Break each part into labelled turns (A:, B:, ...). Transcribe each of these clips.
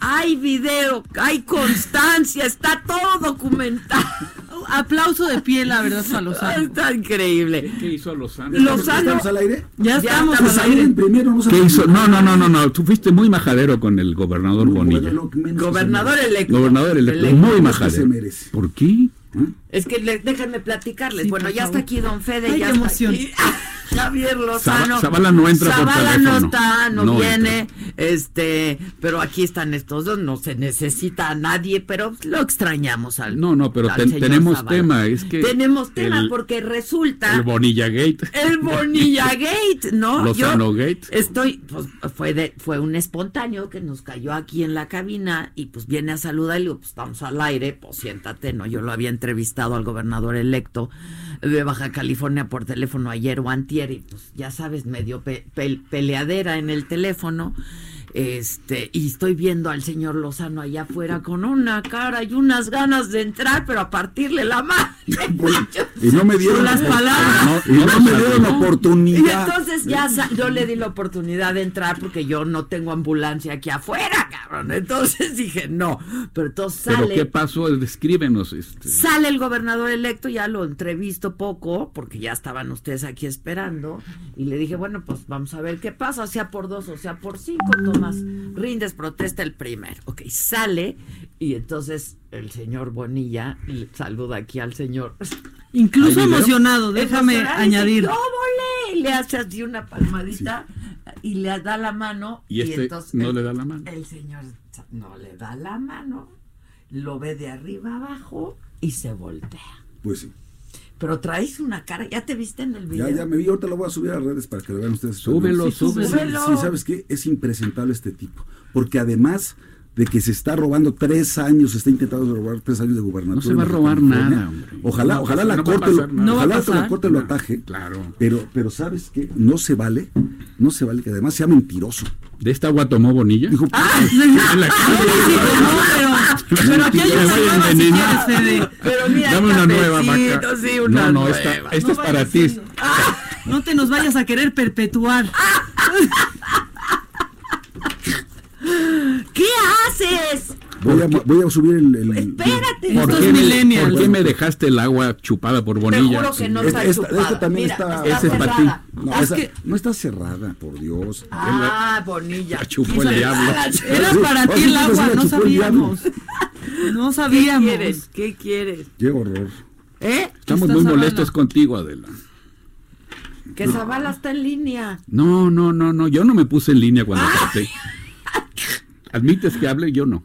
A: Hay video, hay constancia, está todo documentado.
B: Aplauso de pie, la verdad, a Lozano.
A: Está increíble.
C: Ah. ¿Qué hizo a Lozano?
A: Lozano,
D: ¿Estamos al aire?
B: Ya estamos al
D: Salir
B: aire.
D: en primero, no
C: ¿Qué hizo? No, no, no, no, no. Tú fuiste muy majadero con el gobernador Bonilla.
A: gobernador electo.
C: Gobernador electo. Muy majadero.
D: se merece.
C: ¿Por qué? ¿Eh?
A: Es que le- déjenme platicarles.
B: Sí,
A: bueno,
B: por
A: ya está
B: favor.
A: aquí don Fede.
B: Ay,
A: ya
B: qué
A: está
B: emoción.
A: aquí. Javier Lozano.
C: Zab- Zavala no entra por
A: Zavala no
C: teléfono.
A: está, no,
C: No
A: viene. Este, pero aquí están estos dos. No se necesita a nadie, pero lo extrañamos al.
C: No, no, pero
A: al
C: ten-
A: señor
C: tenemos
A: Zavala.
C: tema, es que
A: Tenemos tema
C: el-
A: porque resulta.
C: El Bonilla Gate.
A: El Bonilla Gate, ¿no?
C: Lozano Gate.
A: Estoy, pues fue, de, fue un espontáneo que nos cayó aquí en la cabina y pues viene a saludar y le digo, pues estamos al aire, pues siéntate, ¿no? Yo lo había entrevistado al gobernador electo de Baja California por teléfono ayer o antier y pues ya sabes, medio pe- pe- peleadera en el teléfono. Este, y estoy viendo al señor Lozano allá afuera con una cara y unas ganas de entrar, pero a partirle la mano.
D: Y no me dieron
A: las palabras.
D: Y no me dieron la
A: Y
D: oportunidad.
A: entonces ya sa- yo le di la oportunidad de entrar porque yo no tengo ambulancia aquí afuera, cabrón. Entonces dije, no. Pero entonces
C: Pero qué
A: sale,
C: pasó, descríbenos. Este.
A: sale el gobernador electo, ya lo entrevisto poco, porque ya estaban ustedes aquí esperando. Y le dije, bueno, pues vamos a ver qué pasa, sea por dos o sea por cinco, Tomás. Rindes, protesta el primero. Ok, sale. Y entonces el señor Bonilla le saluda aquí al señor.
B: Incluso
C: ¿Hay video?
B: emocionado, déjame
A: Emocionado, dice,
B: añadir.
A: "No, vole", Y le hace así una palmadita y le da la mano.
C: Y este no le da la mano.
A: El señor no le da la mano, lo ve de arriba abajo y se voltea.
D: Pues sí.
A: Pero traes una cara, ¿ya te viste en el video?
D: Ya, ya me vi, ahorita lo voy a subir a redes para que lo vean ustedes.
C: Súbelo,
D: Sí,
C: súbelo.
A: súbelo.
D: Sí, ¿sabes qué? Es impresentable este tipo. Porque además de que se está robando tres años, se está intentando robar tres años de gubernatura.
C: No se va a
D: en Baja
C: robar
D: California.
C: nada, hombre.
D: Ojalá,
C: No,
D: ojalá
C: no
D: la
C: va a
D: corte,
C: pasar
D: lo-
C: nada.
B: No va a
D: ojalá que la
B: pasar.
D: corte lo
C: No,
D: ataje.
C: Ah, claro.
D: Pero, pero ¿sabes qué? No se vale, no se vale que además sea mentiroso.
C: ¿De esta agua tomó Bonilla?
D: Dijo,
B: ¡Ah!
C: En "Ah, la
B: No,
C: cara.
B: pero, pero aquí hay
C: Me
B: una
C: voy a
B: nueva si quieres,
C: envenenar.
B: Fede.
A: Pero mira,
C: Dame una nueva
A: cafecito,
C: vaca.
A: sí, una
C: no, no,
A: nueva.
C: esta, esta
B: No
C: es para
B: vayas
C: ti.
B: siendo. No te nos vayas a querer perpetuar.
A: ¿Qué haces?
D: voy, a, voy a subir el... el-
A: Espérate.
B: Por-
C: ¿Por
B: Estos
C: qué, me,
B: millennials.
C: por qué me dejaste el agua chupada por
A: Te
C: Bonilla?
A: juro que no está
D: Esta- esta-
A: chupada.
D: esta también
A: Mira,
D: está-
C: Ese es para ti.
A: cerrada.
D: No,
B: Es
D: esa-
B: que-
D: no está cerrada, por Dios.
A: Ah, Bonilla.
C: La chupó el diablo.
B: Era
D: Sí,
B: para ti
D: así
B: el
D: te
B: agua,
D: decía,
B: no
D: chupó el diablo.
B: sabíamos. No
A: ¿Qué
B: sabíamos.
A: quieres? ¿Qué quieres?
D: Qué horror.
A: ¿Eh?
C: Estamos
B: Esta
C: muy
B: sabana.
C: molestos contigo, Adela.
A: Que Zavala está en línea.
C: No, no, no, no. Yo no me puse en línea cuando
A: Ah.
C: traté. Admites que hable, yo no.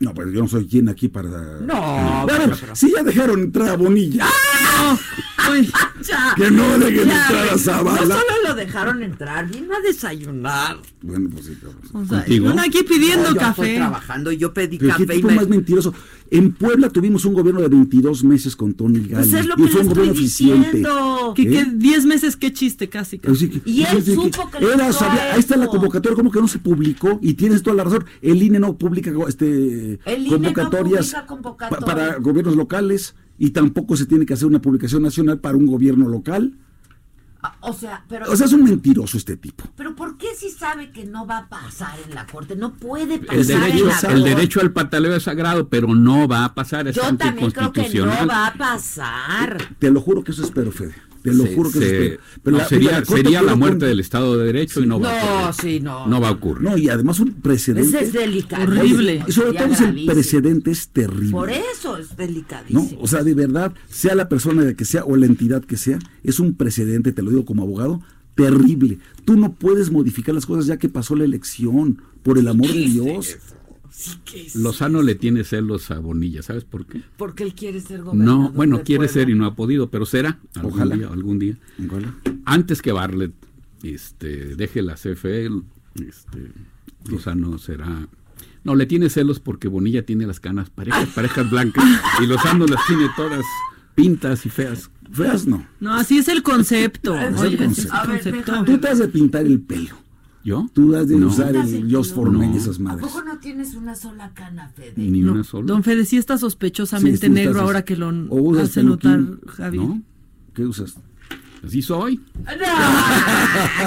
D: No, pero yo no soy quien aquí para...
A: No,
D: Bueno,
A: pero- pero-
D: si ya dejaron entrar a Bonilla,
B: Uy,
A: Ya.
D: que no dejen
A: Ya,
D: entrar a
A: güey. No
D: Zavala.
A: solo lo dejaron entrar, vino a desayunar.
D: Bueno, pues sí, cabrón.
B: o sea,
C: ¿Contigo?
B: uno aquí
A: No,
B: pidiendo
A: yo estoy
B: café.
A: trabajando, yo pedí
D: Pero qué
A: café y
D: tipo
A: me...
D: más mentiroso. En Puebla tuvimos un gobierno de 22 meses con Tony Galli.
A: Pues es lo
D: y
A: que le
D: fue
A: estoy
D: un gobierno eficiente.
A: diciendo.
B: Que,
D: ¿Eh?
B: que 10 meses, qué chiste, casi.
C: Pues
B: casi.
D: Así que-
A: Y él
D: así
A: supo que le entró
D: era,
A: a
D: sabía- ahí está la
A: esto.
D: convocatoria, ¿cómo que no se publicó? Y tienes toda la razón. El INE no publica este,
A: INE E no
D: convocatorias
A: publica convocatorias.
D: pa- para gobiernos locales y tampoco se tiene que hacer una publicación nacional para un gobierno local.
A: Ah, O sea, pero...
D: O sea, es un mentiroso este tipo.
A: pero ¿por qué si sabe que no va a pasar en la corte? No puede pasar
C: El derecho,
A: en la
C: el
A: corte.
C: derecho al pataleo es sagrado, pero no va a pasar. Es
A: Yo también creo que
C: anticonstitucional.
A: no va a pasar.
D: Te lo juro que eso espero, Fede. Te lo
C: Se-
D: juro que
C: se-
D: eso espero. Pero
C: este, no,
D: la-
C: sería
D: mira,
C: la,
D: Corte
C: sería la
D: Pleno
C: muerte
D: con-
C: del Estado de Derecho y no va a
A: No,
C: ocurrir.
A: sí, no.
C: No va a ocurrir.
D: No, y además un
A: Ese
D: precedente.
A: es delicado.
B: Horrible.
D: Y sobre todo es el precedente es terrible.
A: Por eso es
D: ¿no?
A: delicadísimo.
D: O sea, de verdad, sea la persona de que sea o la entidad que sea, es un precedente, te lo digo como abogado, terrible. Tú no puedes modificar las cosas ya que pasó la elección, por el amor de Dios.
A: Sí que es-
C: Lozano le tiene celos a Bonilla, ¿sabes por qué?
A: Porque él quiere ser gobernador.
C: No, bueno,
A: de
C: quiere ser y
A: Puebla.
C: no ha podido, pero será. Algún
D: Ojalá.
C: día, algún día. Antes que Barlet este, deje la CFE, este, Lozano será... No, le tiene celos porque Bonilla tiene las canas parejas, parejas blancas, y Lozano las tiene todas pintas y feas.
D: Veas, no.
B: No, así es el concepto.
A: Es el
B: Oye, ese es
D: concepto.
A: A ver,
B: el concepto.
A: déjame
D: Tú te has de pintar el pelo,
C: ¿Yo?
D: tú has de
C: No.
D: usar el Dios Formen y
C: No.
D: esas
A: ¿A
D: madres.
A: poco no tienes una sola cana, Fede?
C: Ni
B: No,
C: una sola.
B: Don Fede sí está sospechosamente
D: Sí, sí,
B: negro
D: estás-
B: ahora que lo
D: o usas
B: hace notar
D: peluquín,
B: Javier.
C: ¿No?
D: ¿Qué usas?
C: Así soy.
A: No,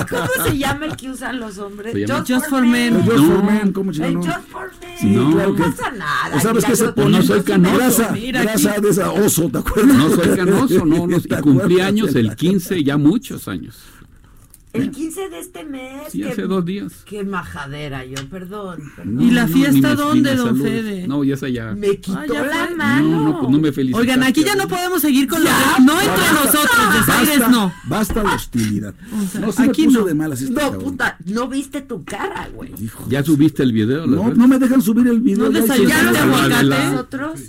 A: ¿Cómo se llama el que usan los hombres?
C: Se llama
B: Just for Men.
D: El Just for
C: No.
D: Men, ¿cómo
A: El
D: chingado no?
A: Just for Men.
D: Sí,
A: no,
D: claro que-
A: pasa nada.
D: ¿O sabes qué se
A: milagro,
C: pone? No soy
A: es un
C: canoso.
D: Grasa,
B: mira
D: grasa
B: aquí.
D: de esa oso, ¿te acuerdas?
C: No soy canoso, no, no. Y
D: ¿Te
C: cumplí
D: acuerdas?
C: años el 15, ya muchos años.
A: El 15 de este mes.
C: Sí,
A: qué-
C: hace dos días.
A: Qué majadera, yo, perdón. perdón.
C: No,
B: ¿Y la
C: no,
B: fiesta
C: ni me- ni
B: dónde,
C: me
B: don
C: saludes.
B: Fede?
C: No, ya es allá.
A: Me quitó
B: Ah, ya
A: la
B: fue.
A: mano.
C: No, no, pues no me felicito.
B: Oigan, aquí ya no podemos seguir con
A: Ya,
B: los... No entre nosotros, desaires
D: Basta,
B: Ah, no. Ah,
D: basta de hostilidad. No, sí
B: aquí
D: me puso
B: no.
D: de malas este
A: No,
D: cabrón.
A: puta, no viste tu cara, güey.
D: Hijo.
C: ¿Ya subiste el video? la
D: No,
C: verdad?
D: no me dejan subir el video.
B: No
D: ya
B: desayunaste
D: hicieron-
B: de
C: aguacate.
A: Nosotros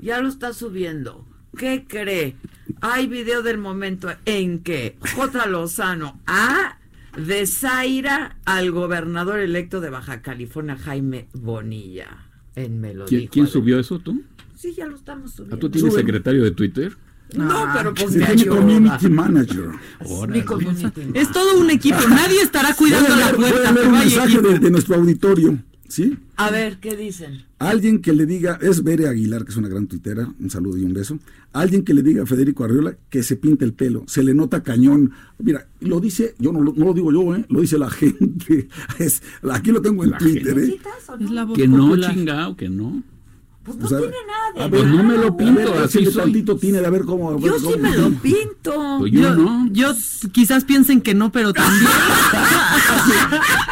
A: ya lo está subiendo. ¿Qué cree? Hay video del momento en que J. Lozano A desaira al gobernador electo de Baja California, Jaime Bonilla. En me lo
C: ¿Quién,
A: dijo,
C: quién
A: Adela.
C: subió eso tú?
A: Sí, ya lo estamos
C: ¿Ah,
A: subiendo.
C: ¿Tú tienes
D: Súbelo.
C: secretario de Twitter?
A: No,
B: Ah,
A: pero pues
D: Se
A: me
D: tiene
A: ayuda.
D: community manager.
A: Mi community
B: Es todo un equipo, nadie estará
D: Voy
B: cuidando
D: a
B: la
D: leer, voy a
B: puerta.
D: leer
B: pero
D: un
B: hay
D: mensaje
B: equipo.
D: de, de nuestro auditorio, ¿sí?
A: A ver, ¿qué dicen?
D: Alguien que le diga, es Bere Aguilar, que es una gran tuitera, un saludo y un beso. Alguien que le diga a Federico Arriola que se pinte el pelo, se le nota cañón. Mira, lo dice, yo no lo, no lo digo yo, ¿eh? lo dice la gente. Es- aquí lo tengo en
C: La
D: Twitter, ¿eh?
A: ¿Citas o
B: Es la
A: no?
B: voz
C: Que no,
B: popular.
C: chingado, que no.
A: Pues
D: O
A: no
D: sea,
A: tiene nada
D: a
A: de
D: ver,
C: no me
A: malo.
C: lo
D: A ver,
C: Pinto, así
D: échale
C: soy.
D: tantito tiene, a ver cómo. a ver
A: Yo sí
D: cómo-
A: me lo pinto.
C: Pues yo,
B: Yo,
C: no.
B: yo s- quizás piensen que no, pero también.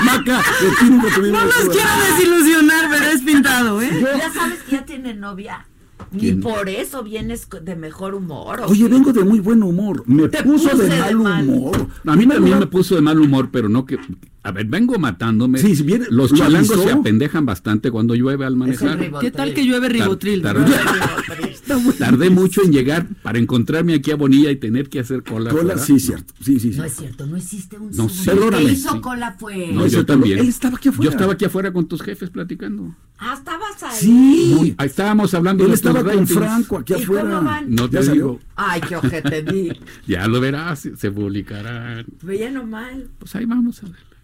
D: Maca, que tiene que tener-
B: No los quiero desilusionar, pero es pintado, ¿eh?
A: Ya sabes que ya tiene novia. Ni
C: ¿Quién?
A: por eso vienes co- de mejor humor. ¿o
D: Oye,
A: qué?
D: vengo de muy buen humor. Me
A: Te
D: puso
A: puse
D: de
A: de
D: mal
A: mal.
D: humor.
C: A mí
D: En primer
C: también me
D: lugar,
C: puso de mal humor, pero no que. A ver, vengo matándome.
D: Sí, si viene-
C: Los
D: lo
C: chalangos
D: avisó.
C: se apendejan bastante cuando llueve al manejar.
A: horrible.
B: ¿Qué tal que llueve ribotril?
C: Tar- Tardé mucho en llegar para encontrarme aquí a Bonilla y tener que hacer cola.
D: Cola,
C: ¿verdad?
D: sí, cierto. Sí, sí, sí.
A: No es cierto, no hiciste un
C: No,
A: no,
C: sí.
D: Perdóname,
A: que hizo
C: sí.
A: cola fue.
C: No,
D: No,
C: yo
D: eso-
C: también.
D: él estaba aquí
C: Yo
D: afuera.
C: estaba aquí afuera con tus jefes platicando.
A: Ah, estabas ahí.
D: Sí.
C: Muy- ahí estábamos hablando
D: Él
C: de tus
D: estaba con
C: ratings.
D: Franco aquí
A: ¿Y cómo
D: afuera.
A: van?
C: No te
D: Ya
C: digo.
D: salió.
A: Ay, qué ojete di.
C: Ya lo verás, se publicará.
A: Veía mal.
C: Pues ahí vamos a ver.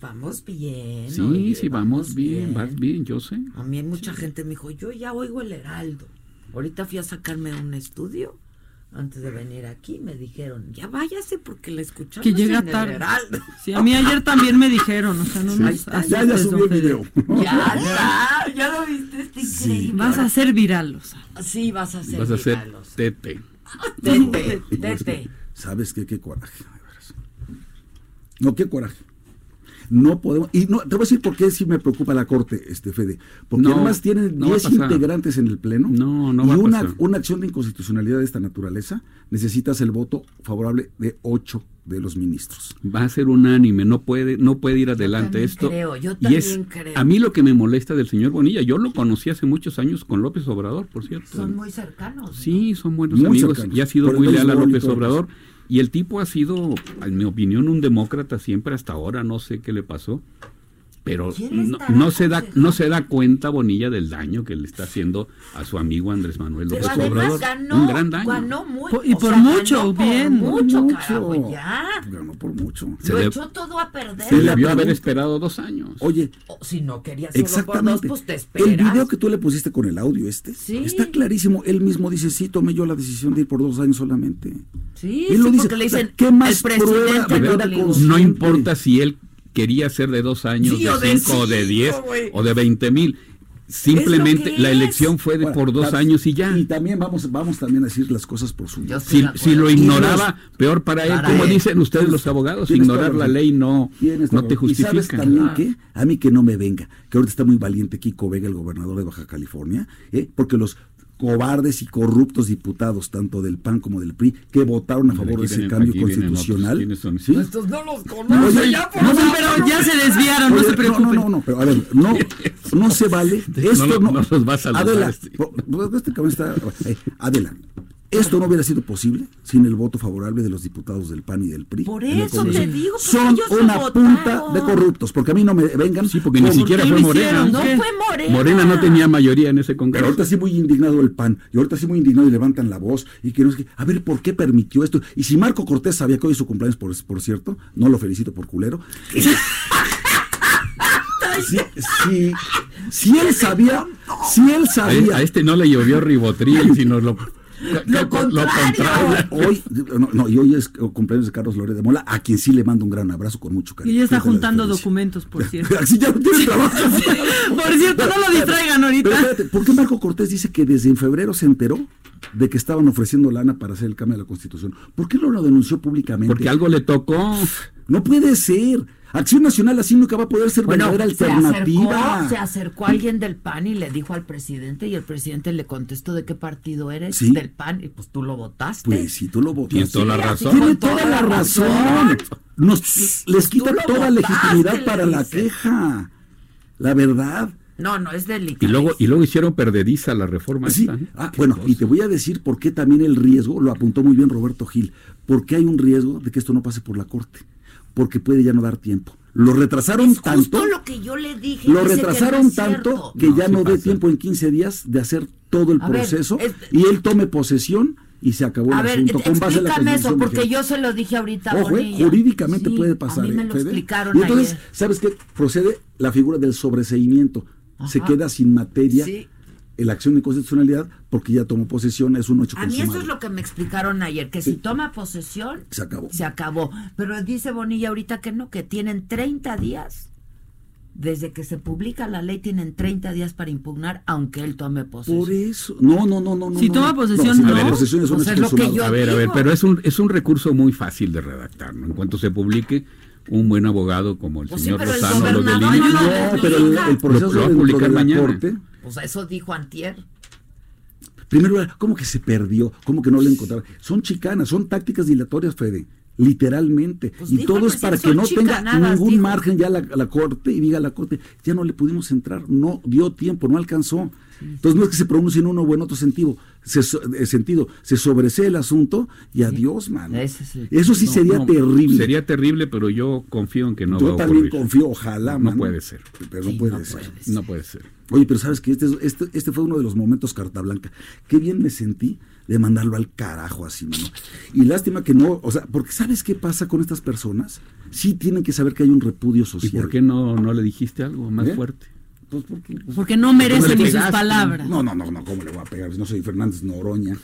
A: Vamos bien.
C: Sí,
A: oye,
C: sí, vamos bien, vas bien, yo sé.
A: A mí mucha gente me dijo, yo ya oigo el heraldo. Ahorita fui a sacarme un estudio. Antes de venir aquí me dijeron, ya váyase porque la escuchamos
B: Que llega
A: en el
B: tarde.
A: heraldo.
B: Sí, a mí ayer también me dijeron, o sea, no nos
A: está.
D: Ya, ya
B: asustes,
D: subió
B: don
D: el
B: Fede.
D: video.
A: Ya, ya, ya lo viste, está increíble.
B: Vas a ser viral, o sea.
A: Sí, vas a hacer.
C: Vas a hacer
A: regalos.
C: tete.
A: Tete, tete.
D: ¿Sabes qué? Qué coraje. de veras. No, qué coraje. No podemos. Y no, te voy a decir por qué sí me preocupa la corte, este Fede. Porque
C: No,
D: además tienen
C: no va a
D: 10
C: pasar.
D: integrantes en el Pleno.
C: No, no
D: y
C: va a
D: una,
C: pasar.
D: una acción de inconstitucionalidad de esta naturaleza necesitas el voto favorable de 8 de los ministros.
C: Va a ser unánime, no puede, no puede ir adelante
A: también
C: esto.
A: creo, yo
C: y es
A: también creo.
C: a mí lo que me molesta del señor Bonilla, yo lo conocí hace muchos años con López Obrador, por cierto.
A: Son muy cercanos. ¿no?
C: Sí, son buenos
D: Muy
C: amigos
D: cercanos.
C: y ha sido
D: Por el
C: muy leal a
D: béisbol y
C: López
D: todo eso.
C: Obrador. Y el tipo ha sido, en mi opinión, un demócrata siempre hasta ahora, no sé qué le pasó. Pero
A: ¿Quién le
C: no,
A: estará
C: no se da,
A: aconsejando?
C: no se da cuenta Bonilla del daño que le está haciendo a su amigo Andrés Manuel
A: Pero
C: López
A: además
C: Obrador.
A: ganó,
C: un gran daño.
A: ganó muy-
B: Por- y
A: o
B: por
A: sea,
B: mucho,
A: ganó por
B: bien.
A: mucho,
D: Por
A: carajo, ya.
D: Ganó por mucho.
C: Se
A: lo
C: le-
A: echó todo a perder.
C: Se
D: la
C: debió haber
D: pregunta-
C: esperado dos años.
D: Oye,
A: O si no querías solo por dos,
D: Exactamente.
A: pues te
D: el
A: esperas.
D: video que tú le pusiste con el audio este
A: Sí.
D: está clarísimo. Él mismo dice, sí, tomé yo la decisión de ir por dos años solamente.
A: Sí,
D: él
A: sí,
D: lo dice,
A: porque le
D: o sea,
A: dicen,
D: ¿qué más
A: el presidente
D: prueba
A: no
D: me da
A: obligó".
D: con-
C: No
D: Siempre.
C: importa si él quería ser de dos años,
A: Sí,
C: de
A: o de
C: cinco, o de
A: cinco,
C: diez,
A: güey.
C: o de veinte mil. Simplemente
A: que
C: la
A: es.
C: elección fue de
D: Ahora,
C: por dos
D: ta-
C: años y ya.
D: Y también vamos, vamos también a decir las cosas por su
A: Yo
D: nombre.
A: estoy
C: Si,
A: de
C: si lo
A: acuerdo.
C: ignoraba, peor para él.
A: Para
C: Como
A: él.
C: dicen ustedes los abogados,
D: Tienes
C: ignorar
D: toda
C: la
D: razón.
C: ley no,
D: Tienes
C: no
D: toda
C: te
D: razón. ¿Y sabes
C: justifica.
D: también qué? A mí que no me venga, que ahorita está muy valiente Kiko Vega, el gobernador de Baja California, ¿eh? porque los cobardes y corruptos diputados, tanto del PAN como del PRI, que votaron a
C: Mira,
D: favor
C: aquí
D: de ese
C: vienen-
D: cambio
C: aquí vienen otros.
D: constitucional.
C: ¿Quiénes son?
D: ¿sí?
A: Estos no los conozco
D: Oye,
A: ya, por
B: No,
A: favor.
B: pero ya se desviaron, no
D: Oye,
B: se
D: No,
B: preocupen.
D: no, no, pero a ver, no, no se vale. Esto
C: lo-
D: no,
C: no los va a saludar,
D: Adela,
C: este.
D: po- po- este cabrón está- eh, Adela, esto no hubiera sido posible sin el voto favorable de los diputados del PAN y del PRI.
A: Por
D: en el
A: eso
D: Congreso.
A: te digo, porque
D: Son
A: ellos no
D: una punta
A: votaron.
D: de corruptos, porque a mí no me vengan.
C: Sí, porque ni
D: con-
C: siquiera
B: qué
C: fue
B: lo
C: Morena.
B: hicieron?
A: No
B: ¿Qué?
A: fue Morena.
C: Morena no tenía mayoría en ese
D: Pero
C: Congreso.
D: ahorita sí muy indignado el PAN, y ahorita sí muy indignado y levantan la voz, y que no es que, a ver, ¿por qué permitió esto? Y si Marco Cortés sabía que hoy es su cumpleaños, por, por cierto, no lo felicito por culero. si, si, si él sabía, si él
C: A,
D: sabía,
C: a este no le llovió ribotril, sino lo
A: Lo contrario.
D: Hoy, no, no, y hoy es cumpleaños de Carlos Loré de Mola, a quien sí le mando un gran abrazo con mucho cariño.
B: Y ella está
D: Fíjate la
B: juntando
D: diferencia.
B: documentos, por cierto.
D: Así ya no tiene trabajo.
B: Por cierto, no lo distraigan ahorita.
D: Pero espérate, ¿por qué Marco Cortés dice que desde en febrero se enteró de que estaban ofreciendo lana para hacer el cambio de la Constitución? ¿Por qué no lo denunció públicamente?
C: Porque algo le tocó.
D: No puede ser. Acción Nacional así nunca va a poder ser
A: Bueno,
D: verdadera
A: se
D: alternativa.
A: acercó, se acercó alguien del PAN y le dijo al presidente y el presidente le contestó de qué partido eres
D: Sí.
A: del PAN y pues tú lo votaste.
D: Pues si tú lo
C: Tienes
D: votas.
C: toda la
A: Sí, así
C: razón.
A: con
D: Tiene toda la razón. Nos, les quita
A: tú lo
D: toda
A: votaste,
D: legitimidad
A: le
D: para la
A: dice.
D: queja. La verdad.
A: No, no, es delicado.
C: Y luego, y luego hicieron perdediza la reforma.
D: Sí,
C: esta, ¿eh?
D: ah,
C: Qué
D: bueno,
C: cosa.
D: y te voy a decir por qué también el riesgo, lo apuntó muy bien Roberto Gil, porque hay un riesgo de que esto no pase por la Corte, porque puede ya no dar tiempo. Lo retrasaron
A: Es
D: tanto,
A: justo lo que yo le dije.
D: lo
A: dice que no
D: retrasaron
A: es
D: tanto
A: cierto.
D: que
C: No,
D: ya
C: sí
D: no dé
C: pasa.
D: tiempo en 15 días de hacer todo el
A: A ver,
D: proceso
A: es-
D: y él tome posesión y se acabó el
A: A ver,
D: asunto. con base en la
A: explícame eso,
D: Constitución
A: porque
D: vigente.
A: yo se lo dije ahorita a
D: Ojo, eh,
A: Bonilla.
D: jurídicamente
A: Sí,
D: puede pasar.
A: A mí
D: eh,
A: me lo
D: Fede.
A: explicaron
D: Y entonces,
A: ayer.
D: ¿sabes qué? Procede la figura del sobreseimiento. Se
A: Ajá.
D: queda sin materia
A: Sí.
D: la acción de constitucionalidad porque ya tomó posesión, es un hecho
A: A mí eso
D: consumado.
A: es lo que me explicaron ayer, que si toma posesión,
D: Se acabó.
A: se acabó. Pero dice Bonilla ahorita que no, que tienen 30 días. Desde que se publica la ley tienen 30 días para impugnar, aunque él tome posesión.
D: Por eso. No, no, no, no. no,
B: Si
D: no,
B: toma
D: no.
B: posesión,
D: si
B: no.
D: toma posesión es un
A: Pues
D: hecho
A: es lo que
D: consumado.
A: yo-
C: A ver, a ver,
A: digo.
C: pero es un, es un recurso muy fácil de redactar, ¿no? En cuanto se publique, un buen abogado como el
A: Pues sí,
C: señor
A: pero el
C: Lozano lo
A: gobernador
C: delinea.
A: no lo
D: No, pero el, el proceso
C: Lo- lo va a
D: dentro
C: publicar
D: de la
C: mañana.
D: corte.
A: Pues eso dijo Antier.
D: Primero, lugar, ¿cómo que se perdió? ¿Cómo que no le encontraron? Son chicanas, son tácticas dilatorias, Fede. Literalmente.
A: Pues
D: y
A: dijo
D: todo
A: el
D: es para que
A: presidente,
D: no
A: son
D: tenga
A: chicanadas,
D: ningún
A: dijo.
D: margen ya la, la corte y diga la corte, ya no le pudimos entrar, no dio tiempo, no alcanzó. Entonces no es que se pronuncie en uno o en otro sentido, se, so- eh, sentido, se sobresee el asunto y adiós, mano.
A: Ese es el-
D: Eso sí
C: No,
D: sería
C: no,
D: terrible.
C: Sería terrible, pero yo confío en que no va
D: Yo
C: a
D: también
C: ocurrir.
D: confío, ojalá,
C: No
D: mano.
C: puede ser.
D: Pero no
A: Sí,
D: puede
A: no
D: ser.
A: puede
C: No puede ser.
D: Oye, pero sabes que este, es- este, este fue uno de los momentos carta blanca. Qué bien me sentí de mandarlo al carajo así, mano. Y lástima que no, o sea, porque ¿sabes qué pasa con estas personas? Sí tienen que saber que hay un repudio
C: ¿Y
D: social.
C: por qué no, no le dijiste algo más
D: ¿Eh?
C: fuerte?
D: Pues porque- pues,
B: Porque no merece
C: Entonces,
B: ni sus
C: pegaste.
B: palabras.
D: no, no, no, no, ¿cómo le voy a pegar? No soy Fernández Noroña.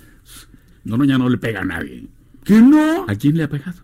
C: No, no, ya no le pega a nadie.
D: ¿Que no?
C: ¿A quién le ha pegado?